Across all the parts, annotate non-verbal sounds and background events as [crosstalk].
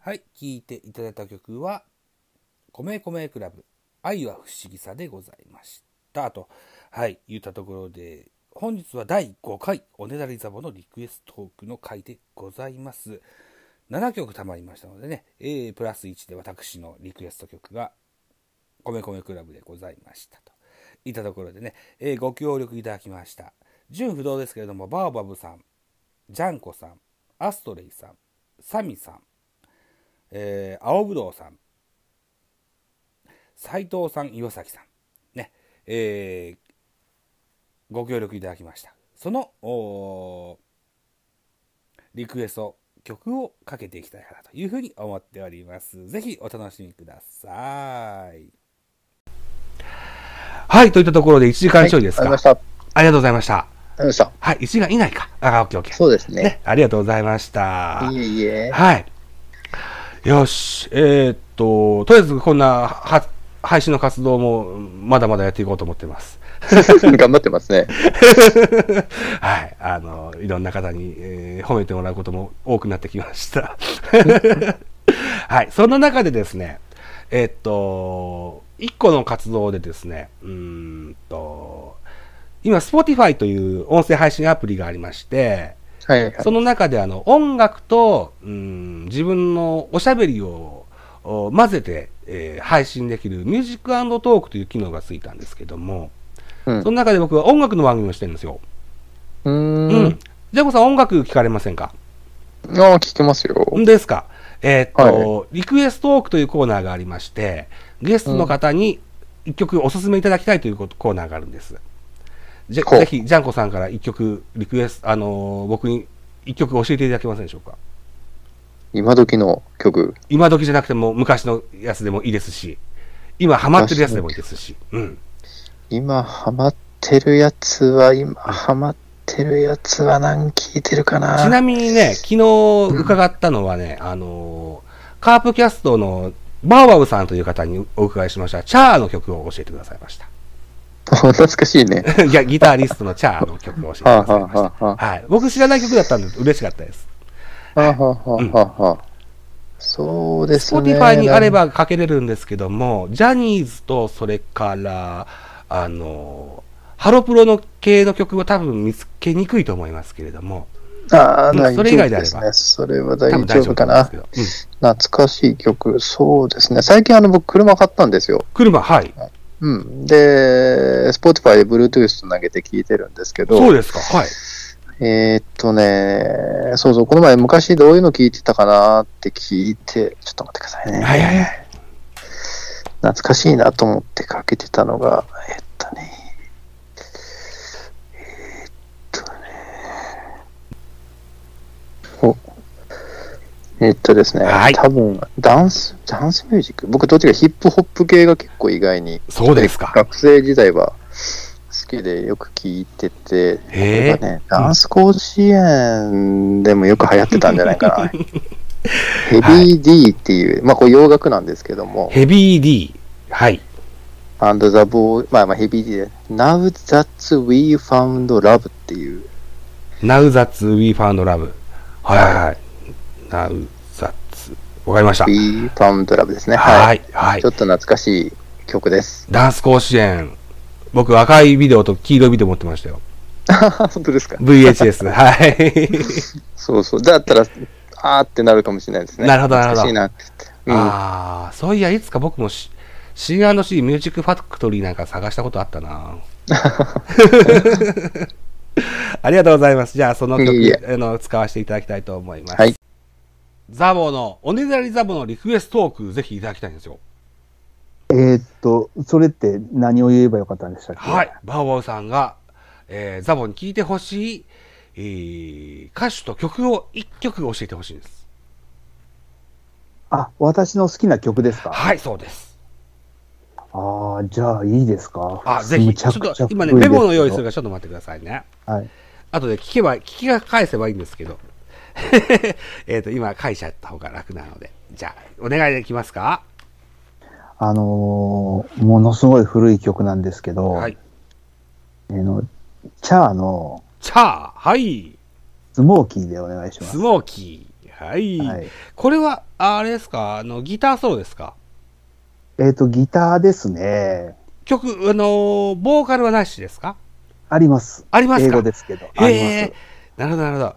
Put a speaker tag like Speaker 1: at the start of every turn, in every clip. Speaker 1: はい、聴いていただいた曲は、米米クラブ、愛は不思議さでございました。と、はい、言ったところで、本日は第5回、おねだりザボのリクエストトークの回でございます。7曲たまりましたのでね、えープラス1で私のリクエスト曲が、米米クラブでございましたと。いったところでね、えーご協力いただきました。純不動ですけれども、バーバブさん、ジャンコさん、アストレイさん、サミさん、えー青ぶどうさん斉藤さん岩崎さんねえーご協力いただきましたそのおーリクエスト曲をかけていきたいかなというふうに思っておりますぜひお楽しみくださいはいといったところで1時間勝利ですか、
Speaker 2: はいありがとうございました。あり
Speaker 1: ありがとうございました
Speaker 2: がとうございました。
Speaker 1: はい1時間以内かあオッケーオッケー
Speaker 2: そうですね。
Speaker 1: ねありがとうございました
Speaker 2: いえい
Speaker 1: [laughs]
Speaker 2: え。
Speaker 1: はい。よし。えーっと、とりあえずこんなは配信の活動もうんまだまだやっていこうと思って
Speaker 2: [laughs]
Speaker 1: ます。
Speaker 2: 頑張ってますね。
Speaker 1: はい。あの、いろんな方に、えー褒めてもらうことも多くなってきま
Speaker 2: [laughs]
Speaker 1: した。はい。そんな中でですね、えーっと、一個の活動でですね、うーんと、今、Spotify という音声配信アプリがありまして、
Speaker 2: はいはい。
Speaker 1: その中であの音楽と、うん、自分のおしゃべりをお混ぜて、えー配信できるミュージックトークという機能がついたんですけども、
Speaker 2: うん
Speaker 1: その中で僕は音楽の番組をしてるんですよ。
Speaker 2: う
Speaker 1: う
Speaker 2: ーん。
Speaker 1: ジャコさん音楽聞かれませんか
Speaker 2: ああ、聞きますよ。
Speaker 1: んですかえーっと、リクエストトークというコーナーがありまして、ゲストの方に一曲おすすめいただきたいということコーナーがあるんです。じゃ
Speaker 2: ほう
Speaker 1: ぜひ、ジャンコさんから一曲、リクエスト、あのー僕に一曲教えていただけませんでしょうか
Speaker 2: 今時の曲。
Speaker 1: 今時じゃなくても昔のやつでもいいですし、今ハマってるやつでもいいですし、うん。
Speaker 2: 今ハマってるやつは、今ハマってるやつは何聞いてるかな
Speaker 1: ちなみにね、昨日伺ったのはね、あのーカープキャストのバーバブさんという方にお伺いしました、チャーの曲を教えてくださいました。 [laughs]
Speaker 2: 懐かしいね。
Speaker 1: いや、ギタリストのチャーの曲を教えてくださいま
Speaker 2: は
Speaker 1: した。
Speaker 2: あはあは
Speaker 1: はい。僕知らない曲だったんで嬉しかったです。
Speaker 2: はあはあはあはあはあ。そうですね。
Speaker 1: Spotify にあれ。ばかけれるんですけども、ジャニーズとそれから、あのーハロプロの系の曲は多分見つけにくいと思いますけれども、
Speaker 2: ああ、大丈夫
Speaker 1: それ以外であれば
Speaker 2: すね。それ
Speaker 1: 多
Speaker 2: は大
Speaker 1: 分
Speaker 2: 丈夫か
Speaker 1: なんで。
Speaker 2: な
Speaker 1: すけど。うん
Speaker 2: 懐かしい曲。そうですね。最近あの僕車買ったんですよ。
Speaker 1: 車、はい。
Speaker 2: うん。で、Spotify で Bluetooth 投げて聞いてるんですけど。
Speaker 1: そうですか、はい。
Speaker 2: えーっとね、そうそう、この前昔どういうの聞いてたかなって聞いて、ちょっと待ってくださいね。
Speaker 1: はいはいはい。
Speaker 2: 懐かしいなと思ってかけてたのが、えっとね、えーっとね、お、えっとですね、
Speaker 1: はい
Speaker 2: 多分ダンス、ダンスミュージック僕どっちかヒップホップ系が結構意外に、
Speaker 1: そうですか。
Speaker 2: 学生時代は好きでよく聞いてて、
Speaker 1: へえ
Speaker 2: やっぱね、ダンス甲子園でもよく流行ってたんじゃないかな。 [laughs] ヘビー D っていう、まあこれ洋楽なんですけども、
Speaker 1: ヘビー D。はい。
Speaker 2: アンドザボー、まあまあヘビー D で、Now That's We Found Love っていう、
Speaker 1: Now That's We Found Love。はいはいはい。Now That's。わかりました。
Speaker 2: We Found Love ですね。
Speaker 1: は
Speaker 2: はい。
Speaker 1: いはい
Speaker 2: ちょ。っと懐かしい
Speaker 1: [laughs]
Speaker 2: 曲です。
Speaker 1: ダンス甲子園。僕赤いビデオと黄色いビデオ持ってましたよ。
Speaker 2: 本当ですか
Speaker 1: VHS。はい。
Speaker 2: そうそう。だったら、あーってなるかもしれないですね。
Speaker 1: なるほどなるほど
Speaker 2: 懐かしいなって言って。
Speaker 1: ああ、そういや、いつか僕もし C&C ミュージックファクトリーなんか探したことあった
Speaker 2: [laughs]
Speaker 1: な。ありがとうございます。じゃあ、その曲
Speaker 2: いえいえ
Speaker 1: あの使わせていただきたいと思います。
Speaker 2: はい
Speaker 1: ザボの、おねだりザボのリクエストトーク、ぜひいただきたいんですよ。
Speaker 3: えーっと、それって何を言えばよかったんでしたっけ
Speaker 1: はい。。バオバオさんが、えーザボに聴いてほしい、えー歌手と曲を1曲教えてほしいんです。
Speaker 3: あ、私の好きな曲ですか
Speaker 1: はい、そうです。
Speaker 3: ああ、じゃあいいですか
Speaker 1: あ、ぜひ、
Speaker 3: む
Speaker 1: ち
Speaker 3: ち
Speaker 1: ょ
Speaker 3: ゃ
Speaker 1: っ
Speaker 3: くちゃ
Speaker 1: と、今ね、
Speaker 3: 古い
Speaker 1: メ
Speaker 3: ですけど
Speaker 1: モの用意するからちょっと待ってくださいね。
Speaker 3: はい。
Speaker 1: あとで聞けば、聞きが返せばいいんですけど。 [laughs] えっと、今、返しちゃった方が楽なので。じゃあ、お願いできますか
Speaker 3: あのーものすごい古い曲なんですけど、
Speaker 1: はい。
Speaker 3: あの、チャーの
Speaker 1: チャー、はい。
Speaker 3: スモーキーでお願いしま
Speaker 1: ス
Speaker 3: す。
Speaker 1: モーキー。はい。
Speaker 3: はい。
Speaker 1: これは、あれですかあの、ギターソロですか
Speaker 3: えっ、と、ギターですね。
Speaker 1: 曲、あのーボーカルはなしですか
Speaker 3: あります。
Speaker 1: ありますか
Speaker 3: 英語ですけど。ありま
Speaker 1: へ
Speaker 3: す
Speaker 1: え。、なるほど、なるほど。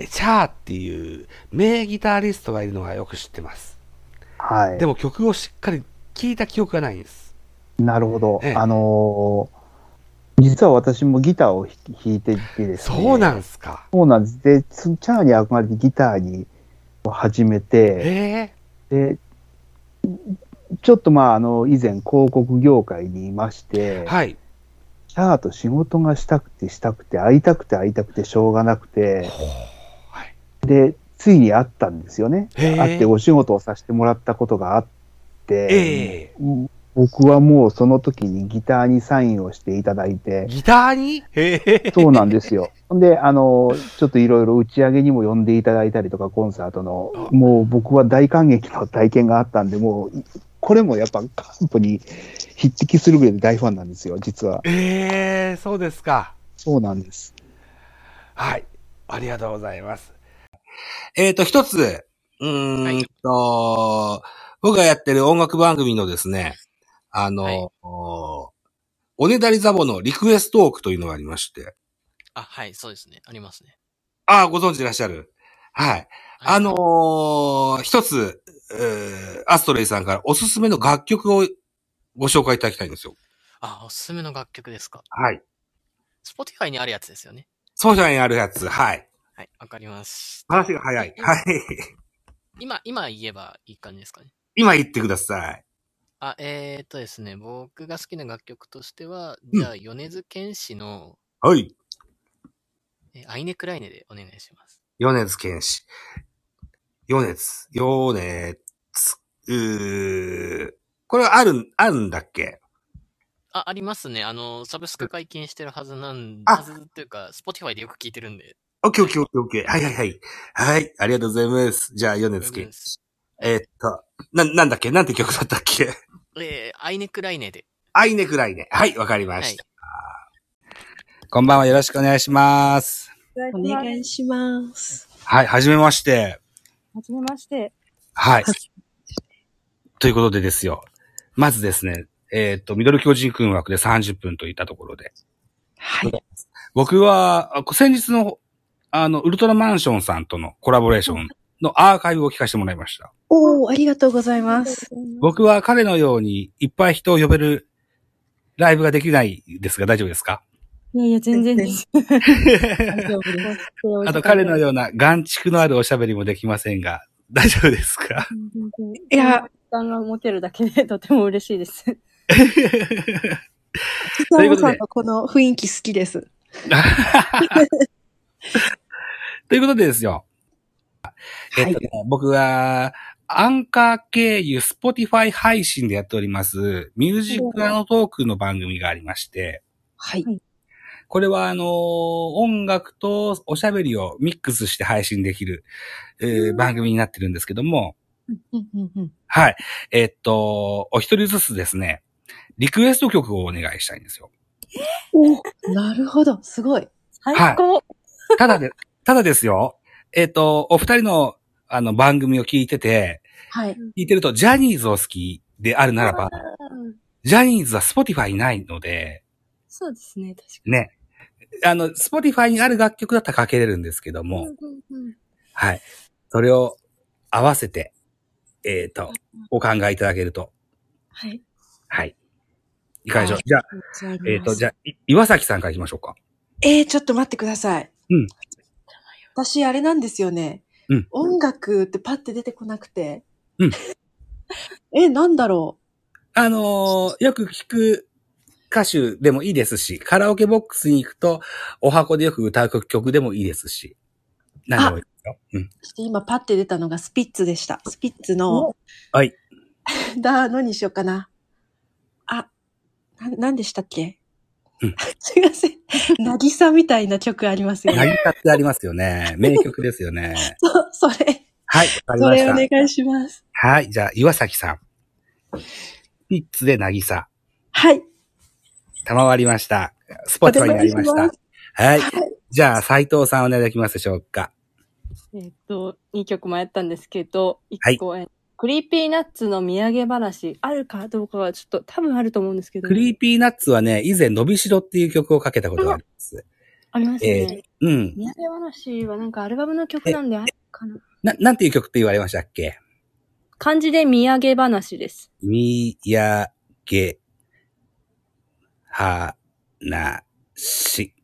Speaker 1: え、チャーっていう名ギタリストがいるのはよく知ってます。
Speaker 3: はい。
Speaker 1: でも曲をしっかり聴いた記憶がないんです。
Speaker 3: なるほど。
Speaker 1: ええ
Speaker 3: あのー実は私もギターをひ弾いていてですね。
Speaker 1: そうなんんすか。
Speaker 3: そうなんです。で、そのチャーに憧れてギターにを始めて、
Speaker 1: へえ、
Speaker 3: で、ちょっとまあ、あの、以前広告業界にいまして、
Speaker 1: はい。
Speaker 3: チャーと仕事がしたくてしたくて、会いたくて会いたくてしょうがなくて、
Speaker 1: はい
Speaker 3: で、ついに会ったんですよね。
Speaker 1: へえ
Speaker 3: 会ってお仕事をさせてもらったことがあって、
Speaker 1: ええ
Speaker 3: 僕はもうその時にギターにサインをしていただいて、
Speaker 1: ギターにへえ、
Speaker 3: そうなんですよ。ほんで、あの、ちょっといろいろ打ち上げにも呼んでいただいたりとか、コンサートの、もう僕は大感激の体験があったんで、もう、これもやっぱカンプに匹敵するぐらい大ファンなんですよ、実は。
Speaker 1: ええ、そうですか。
Speaker 3: そうなんです。
Speaker 1: はい。ありがとうございます。えっ、と、一つ、うーんと、僕がやってる音楽番組のですね、あの、
Speaker 4: はい
Speaker 1: おねだりザボのリクエストオークというのがありまして、
Speaker 4: あ、はい、そうですね。ありますね。
Speaker 1: ああ、ご存知でいらっしゃる。はい。
Speaker 4: はい
Speaker 1: あのー一つ、えーアストレイさんからおすすめの楽曲をご紹介いただきたいんですよ。
Speaker 4: あ、おすすめの楽曲ですか。
Speaker 1: はい。
Speaker 4: Spotify にあるやつですよね。
Speaker 1: ソーシャルにあるやつ、はい。
Speaker 4: はい、わかります。
Speaker 1: 話が早い。はい。 [laughs]
Speaker 4: 今、今言えばいい感じですかね。
Speaker 1: 今言ってください。
Speaker 4: あ、えー、っとですね、僕が好きな楽曲としては、
Speaker 1: うん
Speaker 4: じゃあ、米津玄師の、
Speaker 1: はい。
Speaker 4: えアイネクライネでお願いします。
Speaker 1: 米津玄師。米津、米津、うーこれはある、あるんだっけ
Speaker 4: あ、ありますね。あの、サブスク解禁してるはずなん、
Speaker 1: あ
Speaker 4: はずというか、Spotify でよく聞いてるんで。
Speaker 1: オッケーオッケーオッケーオッケー。はいはいはい。はい。ありがとうございます。じゃあ、米津玄師。えーっと、な、なんだっけなんて曲だったっけ
Speaker 4: えー、アイネクライネで。
Speaker 1: アイネくらいね。はい、わかり
Speaker 4: は
Speaker 1: ま
Speaker 4: い
Speaker 1: した。。こんばんは。よろしくお願いします。
Speaker 5: お願いします。
Speaker 1: はい、はじめまして。
Speaker 5: はじめまして。
Speaker 1: はい。ということでですよ。まずですね、えーっと、ミドル巨人君枠で30分といったところで。
Speaker 5: はい。
Speaker 1: 僕は、あ先日の、あの、ウルトラマンションさんとのコラボレーションのアーカイブを聞かせてもらいました。
Speaker 5: おー、ありがとうございます。
Speaker 1: 僕は彼のようにいっぱい人を呼べるライブができないですが大丈夫ですか
Speaker 6: いやいや、全然です。 [laughs] 大丈夫です。
Speaker 1: あと彼のような眼畜のあるおしゃべりもできませんが、大丈夫ですか
Speaker 6: いや、時間が持てるだけでとても嬉しいです。
Speaker 1: ということで
Speaker 5: さんのこの雰囲気好きです。
Speaker 1: [laughs] ということでですよ。えっとね、僕は、アンカー経由、スポティファイ配信でやっております、ミュージックナノトークの番組がありまして、
Speaker 5: はい。
Speaker 1: これはあのー音楽とおしゃべりをミックスして配信できる、えー番組になってるんですけども、はい。えっと、お一人ずつですね、リクエスト曲をお願いしたいんですよ。
Speaker 5: おなるほど。すごい。
Speaker 6: 最高。
Speaker 1: ただで、ただですよ、えっと、お二人のあの番組を聞いてて、
Speaker 6: はい。
Speaker 1: 聞いてるとジャニーズを好きであるならば、ジャニーズは Spotify ないので、
Speaker 6: そうですね、確か
Speaker 1: ね。あの、Spotify にある楽曲だったらかけれるんですけども、はい。それを合わせて、えっ、と、お考えいただけると。
Speaker 6: に。はい。
Speaker 1: はい。いかがでしょう
Speaker 5: はい
Speaker 1: じゃあ、え
Speaker 6: え
Speaker 1: っ、と、じゃあ、い岩崎さんからいきましょうか。
Speaker 5: えー、ちょっと待ってください。
Speaker 1: うん
Speaker 5: 私、あれなんですよね。
Speaker 1: うん
Speaker 5: 音楽ってパッて出てこなくて。
Speaker 1: うん。
Speaker 5: [laughs] え、なんだろ
Speaker 1: あのーよく聞く歌手でもいいですし、カラオケボックスに行くと、お箱でよく歌う曲でもいいですし、何でもいいですよ。うん
Speaker 5: う。。ちょっと今パッて出たのがスピッツでした。スピッツの。
Speaker 1: はい。
Speaker 5: [laughs] だーのにしようかな。あ、な、なんでしたっけ、
Speaker 1: うん
Speaker 5: [laughs] すいません。なぎさみたいな曲ありますよ
Speaker 1: な
Speaker 5: ね。
Speaker 1: ぎさってありますよね。名曲ですよね。
Speaker 5: そうそれ、
Speaker 1: はい、わかりまし
Speaker 5: それお
Speaker 1: た。
Speaker 5: 願いします。
Speaker 1: はい、じゃあ、岩崎さん。ピッツでなぎさ。
Speaker 5: はい。
Speaker 1: 賜りました。スポットになりまし
Speaker 5: お願い
Speaker 1: た
Speaker 5: し。
Speaker 1: はい。じゃあ、斉藤さんお願いできますでしょうか。
Speaker 7: えっと、2曲前やったんですけど、
Speaker 8: はい
Speaker 7: 1個、えクリーピーナッツの土産話、あるかどうかはちょっと、多分あると思うんですけど。
Speaker 8: クリーピーナッツはね、以前、伸びしろっていう曲をかけたことがあります。
Speaker 7: ありますよね。
Speaker 8: うん。
Speaker 7: 土産話はなんかアルバムの曲なんであるかな。
Speaker 8: な、なんていう曲って言われましたっけ
Speaker 7: 漢字で土産話です。
Speaker 8: みやげ、は、な、し。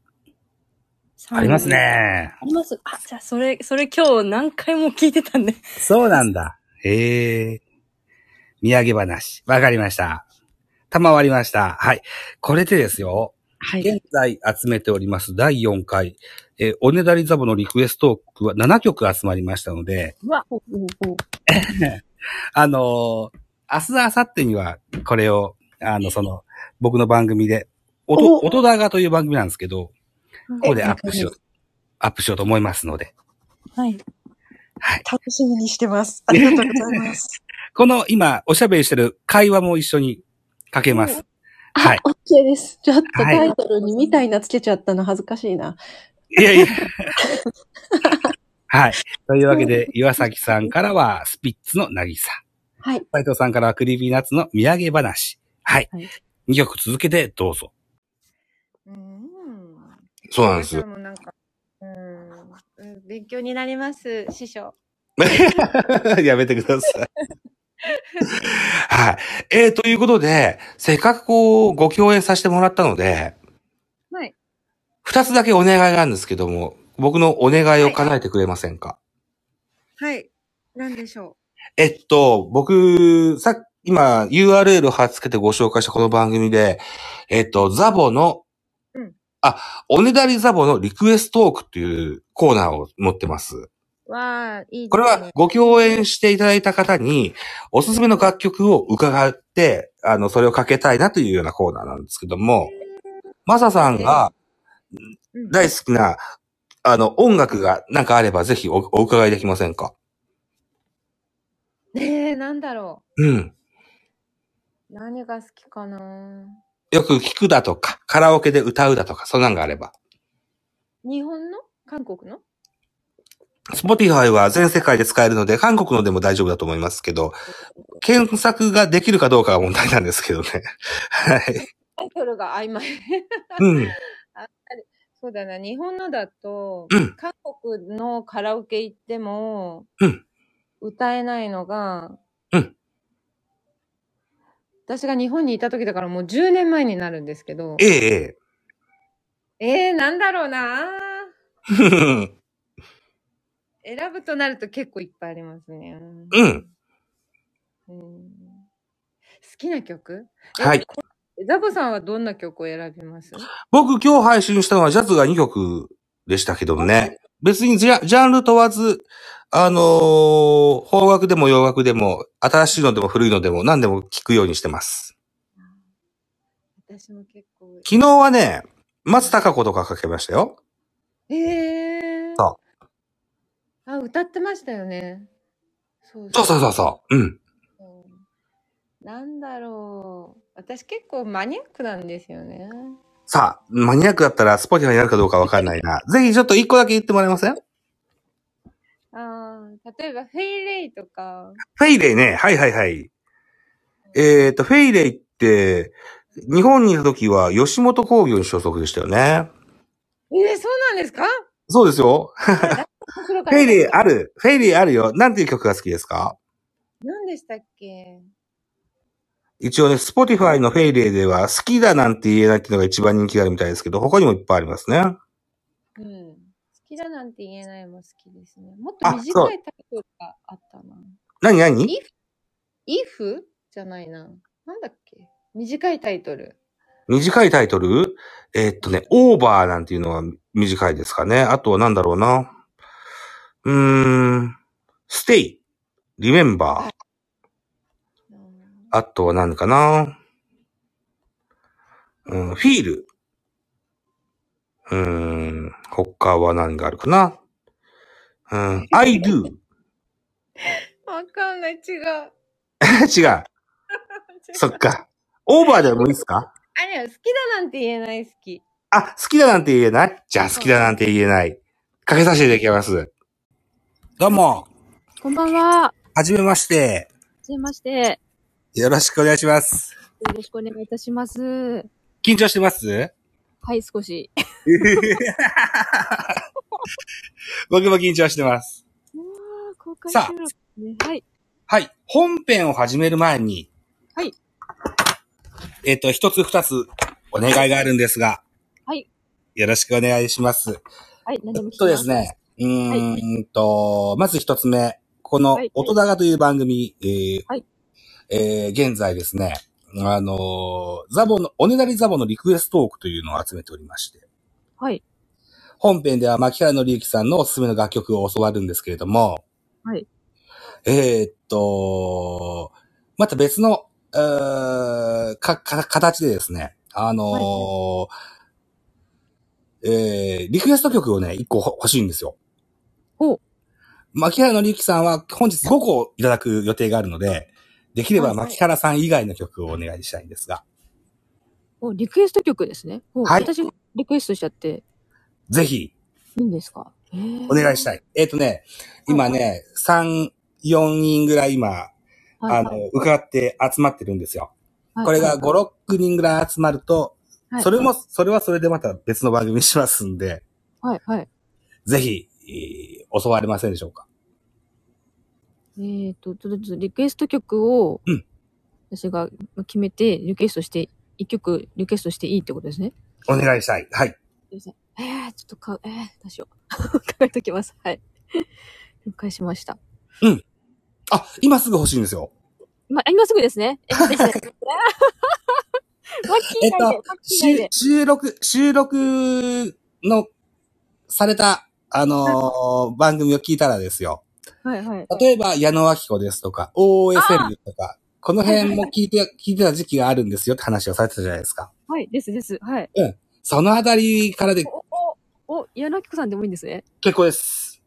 Speaker 8: あります。ね。
Speaker 7: あります。あ、じゃあそれ、それ今日何回も聞いてたんで。
Speaker 8: そうなんだ。へえ。土産話。わかりました。賜りました。はい。これでですよ。
Speaker 7: は
Speaker 8: 現。在集めております第4回、えーおねだりザボのリクエストークは7曲集まりましたので、
Speaker 7: うわ、
Speaker 8: あのー明日、明後日にはこれを、あの、その、僕の番組で、おと、
Speaker 5: お
Speaker 8: 音だがという番組なんですけど、ここでアップしよう
Speaker 5: え、
Speaker 8: アップしようと思いますので、
Speaker 7: はい。
Speaker 8: はい。
Speaker 5: 楽しみにしてます。ありがとうございます。
Speaker 8: この今、おしゃべりしてる会話も一緒にかけます。はい
Speaker 7: あ、オッケーです。ちょっと
Speaker 8: はい
Speaker 7: タ
Speaker 5: タ
Speaker 7: イ
Speaker 5: イ
Speaker 7: ト
Speaker 5: トルにみたいなつけちゃったの恥ずかしいな。
Speaker 8: いやいや。はい。というわけで、岩崎さんからは、スピッツのなぎさ。
Speaker 7: はい。
Speaker 8: 斉藤さんからは、クリーピーナッツの土産話。はい
Speaker 7: はい。
Speaker 8: 2曲続けてどうぞ。
Speaker 9: うん。
Speaker 1: そうなんです
Speaker 9: 私。もなんか、うんうん、勉強になります、師匠。
Speaker 1: [laughs] やめてください。 [laughs] はい。えー、ということで、せっかくこう、ご共演させてもらったので、
Speaker 9: はい。
Speaker 1: 二つだけお願いがあるんですけども、僕のお願いを叶えてくれませんか、
Speaker 9: はい。なんでしょ
Speaker 1: えっと、僕、さっき、今、URL を貼っつけてご紹介したこの番組で、えっと、ザボの、
Speaker 9: うん
Speaker 1: あ、おねだりザボのリクエストトークっていうコーナーを持ってます。
Speaker 9: う。わあ、いいですね。
Speaker 1: これはご共演していただいた方に、おすすめの楽曲を伺って、あの、それをかけたいなというようなコーナーなんですけども、マサさんが
Speaker 9: うん、
Speaker 1: 大好きな、あの、音楽がなんかあればぜひおお伺いできませんか
Speaker 9: ねえ、なんだろ
Speaker 1: うん。
Speaker 9: う。何が好きかな
Speaker 1: よく聞くだとか、カラオケで歌うだとか、そんなんがあれば。
Speaker 9: 日本の韓国の
Speaker 1: Spotify は全世界で使えるので、韓国のでも大丈夫だと思いますけど、検索ができるかどうかが問題なんですけ [laughs] どね。はい。
Speaker 9: タイトルが曖昧。
Speaker 1: うん。
Speaker 9: [laughs] そうだな、日本のだと、
Speaker 1: うん
Speaker 9: 韓国のカラオケ行っても、
Speaker 1: うん
Speaker 9: 歌えないのが、
Speaker 1: うん
Speaker 9: 私が日本にいた時だからもう10年前になるんですけど
Speaker 1: え、え、
Speaker 9: えー、なんだろうな
Speaker 1: ええ。 [laughs]
Speaker 9: 選ぶとなると結構いっぱいありますね。
Speaker 1: うん。
Speaker 9: うん好きな曲え
Speaker 1: はい。
Speaker 9: ザボさんはどんな曲を選びます
Speaker 1: 僕今日配信したのはジャズが2曲でしたけどもね。別にジャジャンル問わず、あのー邦楽でも洋楽でも、新しいのでも古いのでも何でも聞くようにしてます。
Speaker 9: 私も結構。
Speaker 1: 昨日はね、松たか子とかかけましたよ。
Speaker 9: えー、
Speaker 1: そ
Speaker 9: あ、歌ってましたよね。そう
Speaker 1: そうそうそうそう。うん。
Speaker 9: うんなんだろう。私結構マニアックなんですよね。
Speaker 1: さあ、マニアックだったらスポティファイになるかどうかわかんないな。ぜひちょっと1個だけ言ってもらえません
Speaker 9: あー例えば、フェイレイとか、
Speaker 1: フェイレイね。はいはいはい。えっ、と、フェイレイって、日本にいた時は吉本興業に所属でしたよね。
Speaker 9: えー、そうなんですか
Speaker 1: そうですよ。
Speaker 9: 面白かった
Speaker 1: フェイリーある。フェイリーあるよ。なんていう曲が好きですか
Speaker 9: 何でしたっけ
Speaker 1: 一応ね、スポティファイのフェイリーでは好きだなんて言えないっていうのが一番人気があるみたいですけど、他にもいっぱいありますね。
Speaker 9: うん。好きだなんて言えないも好きですね。もっと
Speaker 1: あそう
Speaker 9: 短いタイトルがあったな。
Speaker 1: なになに
Speaker 9: if? if? じゃないな。なんだっけ短いタイトル。
Speaker 1: 短いタイトルえーっとね、オーバーなんていうのは短いですかね。あとはなんだろうな。うーん、ステイ、リメンバー。
Speaker 9: うん
Speaker 1: あとは何かな。うん、フィール。うーん、他は何があるかな。うん、I do. [laughs]
Speaker 9: わかんない、違う。
Speaker 1: 違う。そっか。オーバーでもいいっすか
Speaker 9: あれは好きだなんて言えない好き。
Speaker 1: あ、好きだなんて言えないじゃあ好きだなんて言えない。かけさせていただきます。どうも、
Speaker 6: こんばんは。は
Speaker 1: はじめまして。
Speaker 6: じめまして。
Speaker 1: よろしくお願いします。
Speaker 6: よろしくお願いいたします。
Speaker 1: 緊張してます
Speaker 6: はい、少し。
Speaker 1: [laughs] 僕も緊張してます。
Speaker 6: うわー公開
Speaker 1: さあ
Speaker 6: 収録ね。はい。
Speaker 1: はい。本編を始める前に。
Speaker 6: はい。
Speaker 1: えっ、と、一つ二つお願いがあるんですが。
Speaker 6: はい。
Speaker 1: よろしくお願いします。
Speaker 6: はい、何でも聞き
Speaker 1: そ
Speaker 6: ます。
Speaker 1: うです。ね。うーんと、まず一つ目。この
Speaker 6: はい、
Speaker 1: 音だがという番組、えー
Speaker 6: はい
Speaker 1: えー現在ですね、あのーザボの、おねだりザボのリクエストトークというのを集めておりまして、
Speaker 6: はい。
Speaker 1: 本編では牧原のりゆきさんのおすすめの楽曲を教わるんですけれども、
Speaker 6: はい。
Speaker 1: えーっと、また別の、えーか、か、形でですね、あのーえー、リクエスト曲をね、一個ほ欲しいんですよ。
Speaker 6: ほう。
Speaker 1: 牧原のりゆきさんは本日5個いただく予定があるので、できれば
Speaker 6: はいはい
Speaker 1: 牧原さん以外の曲をお願いしたいんですが、
Speaker 6: おリクエスト曲ですね。お
Speaker 1: はい
Speaker 6: 私、リクエストしちゃって
Speaker 1: ぜひ、
Speaker 6: いいんですかお
Speaker 1: お願いした
Speaker 6: い。
Speaker 1: い。えっ、とね、今ね、3、4人ぐらい今、
Speaker 6: はい
Speaker 1: あの、伺って集まってるんですよ。これが5、、
Speaker 6: はい
Speaker 1: 6人ぐらい集まると、
Speaker 6: はい
Speaker 1: それも、それはそれでまた別の番組にしますんで、
Speaker 6: はい、はい。
Speaker 1: ぜひ、えー教われませんでしょうか。
Speaker 6: えっと、ちょっとずつリクエスト曲を
Speaker 1: うん、
Speaker 6: 私が決めて、リクエストして、一曲リクエストしていいってことですね。
Speaker 1: お願いしたい。はい。
Speaker 6: えー、ちょっとか、えー、どうしよう。考 [laughs] えときます。はい。了解しました。
Speaker 1: あ、今すぐ欲しいんですよ。
Speaker 6: まあ、今すぐですね。
Speaker 1: [laughs]
Speaker 6: え、そうですね。マッキー以外で、マッキー以外
Speaker 1: し
Speaker 6: で。
Speaker 1: 収録、収録の、された、あのー番組を聞いたらですよ。
Speaker 6: はいはい。
Speaker 1: 例えば、矢野明子ですとか、OSM ですとか、この辺も聞いて、聞いてた時期があるんですよって話をされてたじゃないですか。
Speaker 6: はい、ですです。はい。
Speaker 1: そのあたりからで
Speaker 6: お、お、お、矢野き子さんでもいいんですね。
Speaker 1: 結構です。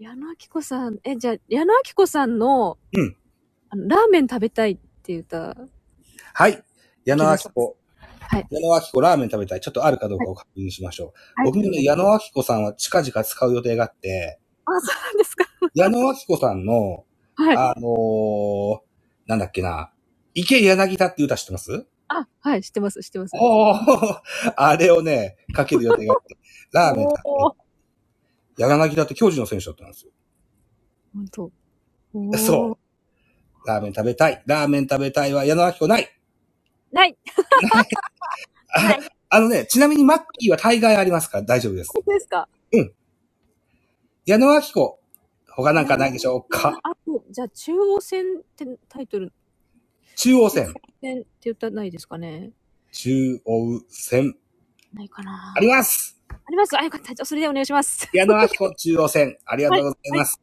Speaker 6: 矢野き子さん、え、じゃあ、矢野き子さんの、
Speaker 1: うん
Speaker 6: あの、ラーメン食べたいっていう歌、
Speaker 1: はい。矢野明子。
Speaker 6: はい
Speaker 1: 矢野明子ラーメン食べたい。ちょっとあるかどうかを確認しましょう。僕もね、矢野明子さんは近々使う予定があ [laughs] って、
Speaker 6: あ、そうなんですか。
Speaker 1: 矢野明子さんの、
Speaker 6: はい。
Speaker 1: あのー、なんだっけな、池柳田って歌知ってます
Speaker 6: あ、はい、知ってます、知ってます。
Speaker 1: おーあれをね、かける予定があ [laughs] って、ラーメン食べたい
Speaker 6: おー
Speaker 1: 柳田って教授の選手だったんですよ。
Speaker 6: 本当。おー
Speaker 1: そう。ラーメン食べたい。ラーメン食べたいは矢野明子ない。
Speaker 6: ない。
Speaker 1: ああのね、ちなみにマッキーは大概ありますから大丈夫です。
Speaker 6: 本当ですか
Speaker 1: 矢野明子、他なんかないでしょうか
Speaker 6: あと、じゃあ、中央線ってタイトル、
Speaker 1: 中央線。
Speaker 6: 線って言ったらないですかね
Speaker 1: 中央線。
Speaker 6: ないかな
Speaker 1: あります
Speaker 6: ありますあ、よかった。じゃあ、それでお願いします。
Speaker 1: 矢野明子中央線。ありがとうございます。